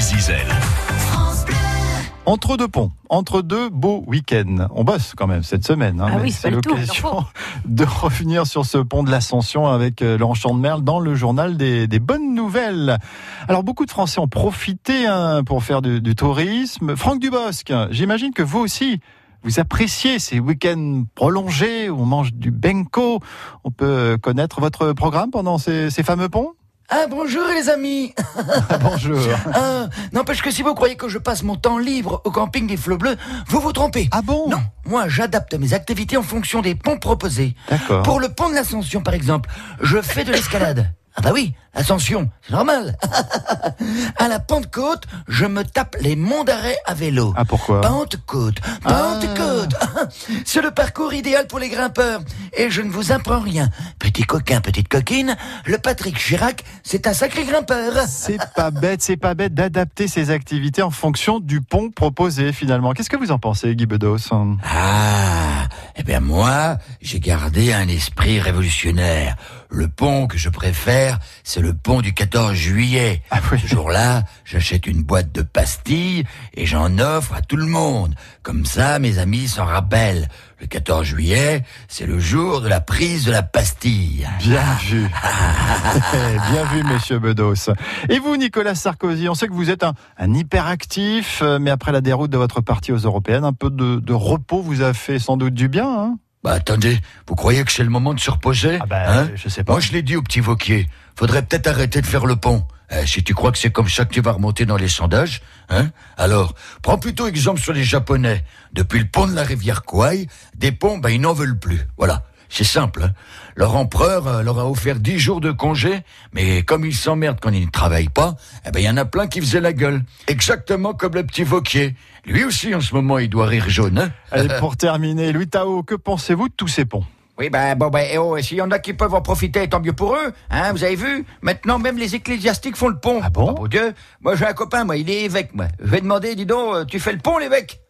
Zizel. Entre deux ponts, entre deux beaux week-ends. On bosse quand même cette semaine. hein, Ah mais oui, c'est c'est pas le tout, il en l'occasion de revenir sur ce pont de l'Ascension avec euh, Laurent Chandemerle dans le journal des, des bonnes nouvelles. Alors beaucoup de Français ont profité hein, pour faire du, du tourisme. Franck Dubosc, j'imagine que vous aussi, vous appréciez ces week-ends prolongés où on mange du benko. On peut euh, connaître votre programme pendant ces, ces fameux ponts Ah bonjour les amis Ah, Bonjour. Ah, N'empêche que si vous croyez que je passe mon temps libre au camping des Flots Bleus, vous vous trompez. Ah bon Non, moi j'adapte mes activités en fonction des ponts proposés. D'accord. Pour le pont de l'Ascension par exemple, je fais de l'escalade. Ah bah oui, ascension, c'est normal. à la Pentecôte, je me tape les monts d'arrêt à vélo. Ah pourquoi Pentecôte, Pentecôte. C'est le parcours idéal pour les grimpeurs. Et je ne vous apprends rien. Petit coquin, petite coquine, le Patrick Chirac, c'est un sacré grimpeur. C'est pas bête, c'est pas bête d'adapter ses activités en fonction du pont proposé finalement. Qu'est-ce que vous en pensez, Guy Bedos Ah, eh bien moi, j'ai gardé un esprit révolutionnaire. Le pont que je préfère, c'est le pont du 14 juillet. Ah oui. Ce jour-là, j'achète une boîte de pastilles et j'en offre à tout le monde. Comme ça, mes amis s'en rappellent. Le 14 juillet, c'est le jour de la prise de la pastille. Bien vu, Eh, bien vu, Monsieur Bedos. Et vous, Nicolas Sarkozy, on sait que vous êtes un, un hyperactif, euh, mais après la déroute de votre parti aux européennes, un peu de, de repos vous a fait sans doute du bien. Hein Ah bah, Bah attendez, vous croyez que c'est le moment de se reposer ben, hein je sais Moi, je l'ai dit au petit Vauquier. Faudrait peut-être arrêter de faire le pont. Euh, si tu crois que c'est comme ça que tu vas remonter dans les sondages, hein Alors, prends plutôt exemple sur les Japonais. Depuis le pont de la rivière Kouai, des ponts, ben, ils n'en veulent plus. Voilà. C'est simple. hein. Leur empereur euh, leur a offert dix jours de congé, mais comme ils s'emmerdent quand ils ne travaillent pas, eh ben, il y en a plein qui faisaient la gueule. Exactement comme le petit Vauquier. Lui aussi, en ce moment, il doit rire jaune, hein Allez, pour terminer, Louis Tao, que pensez-vous de tous ces ponts Oui, ben bon, ben, eh oh, s'il y en a qui peuvent en profiter, tant mieux pour eux. Hein, vous avez vu Maintenant, même les ecclésiastiques font le pont. Oh Ah bon Mon Dieu, moi j'ai un copain, moi, il est évêque, moi. Je vais demander, dis donc, euh, tu fais le pont, l'évêque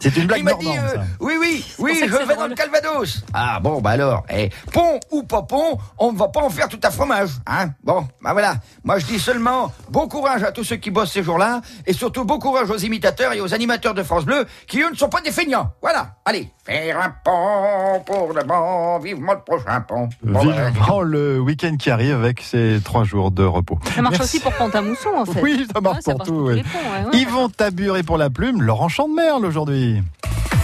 C'est une blague Il m'a dit, normande, euh, ça. oui, oui, pour oui, ça je que c'est vais dans drôle. le Calvados. Ah bon, bah alors, eh, pont ou pas pont, on ne va pas en faire tout à fromage, hein Bon, bah voilà. Moi, je dis seulement bon courage à tous ceux qui bossent ces jours-là, et surtout bon courage aux imitateurs et aux animateurs de France Bleu, qui eux ne sont pas des feignants. Voilà. Allez, faire un pont pour le bon, vivement le prochain pont. Bon, bah, Vivement le week-end qui arrive avec ces trois jours de repos. Ça marche Merci. aussi pour Pont-à-Mousson, en fait. Oui, ça marche Ouais, pour tout. tous oui. les ponts, ouais, ouais. Yvon Taburé pour la plume, Laurent Chandemerle aujourd'hui.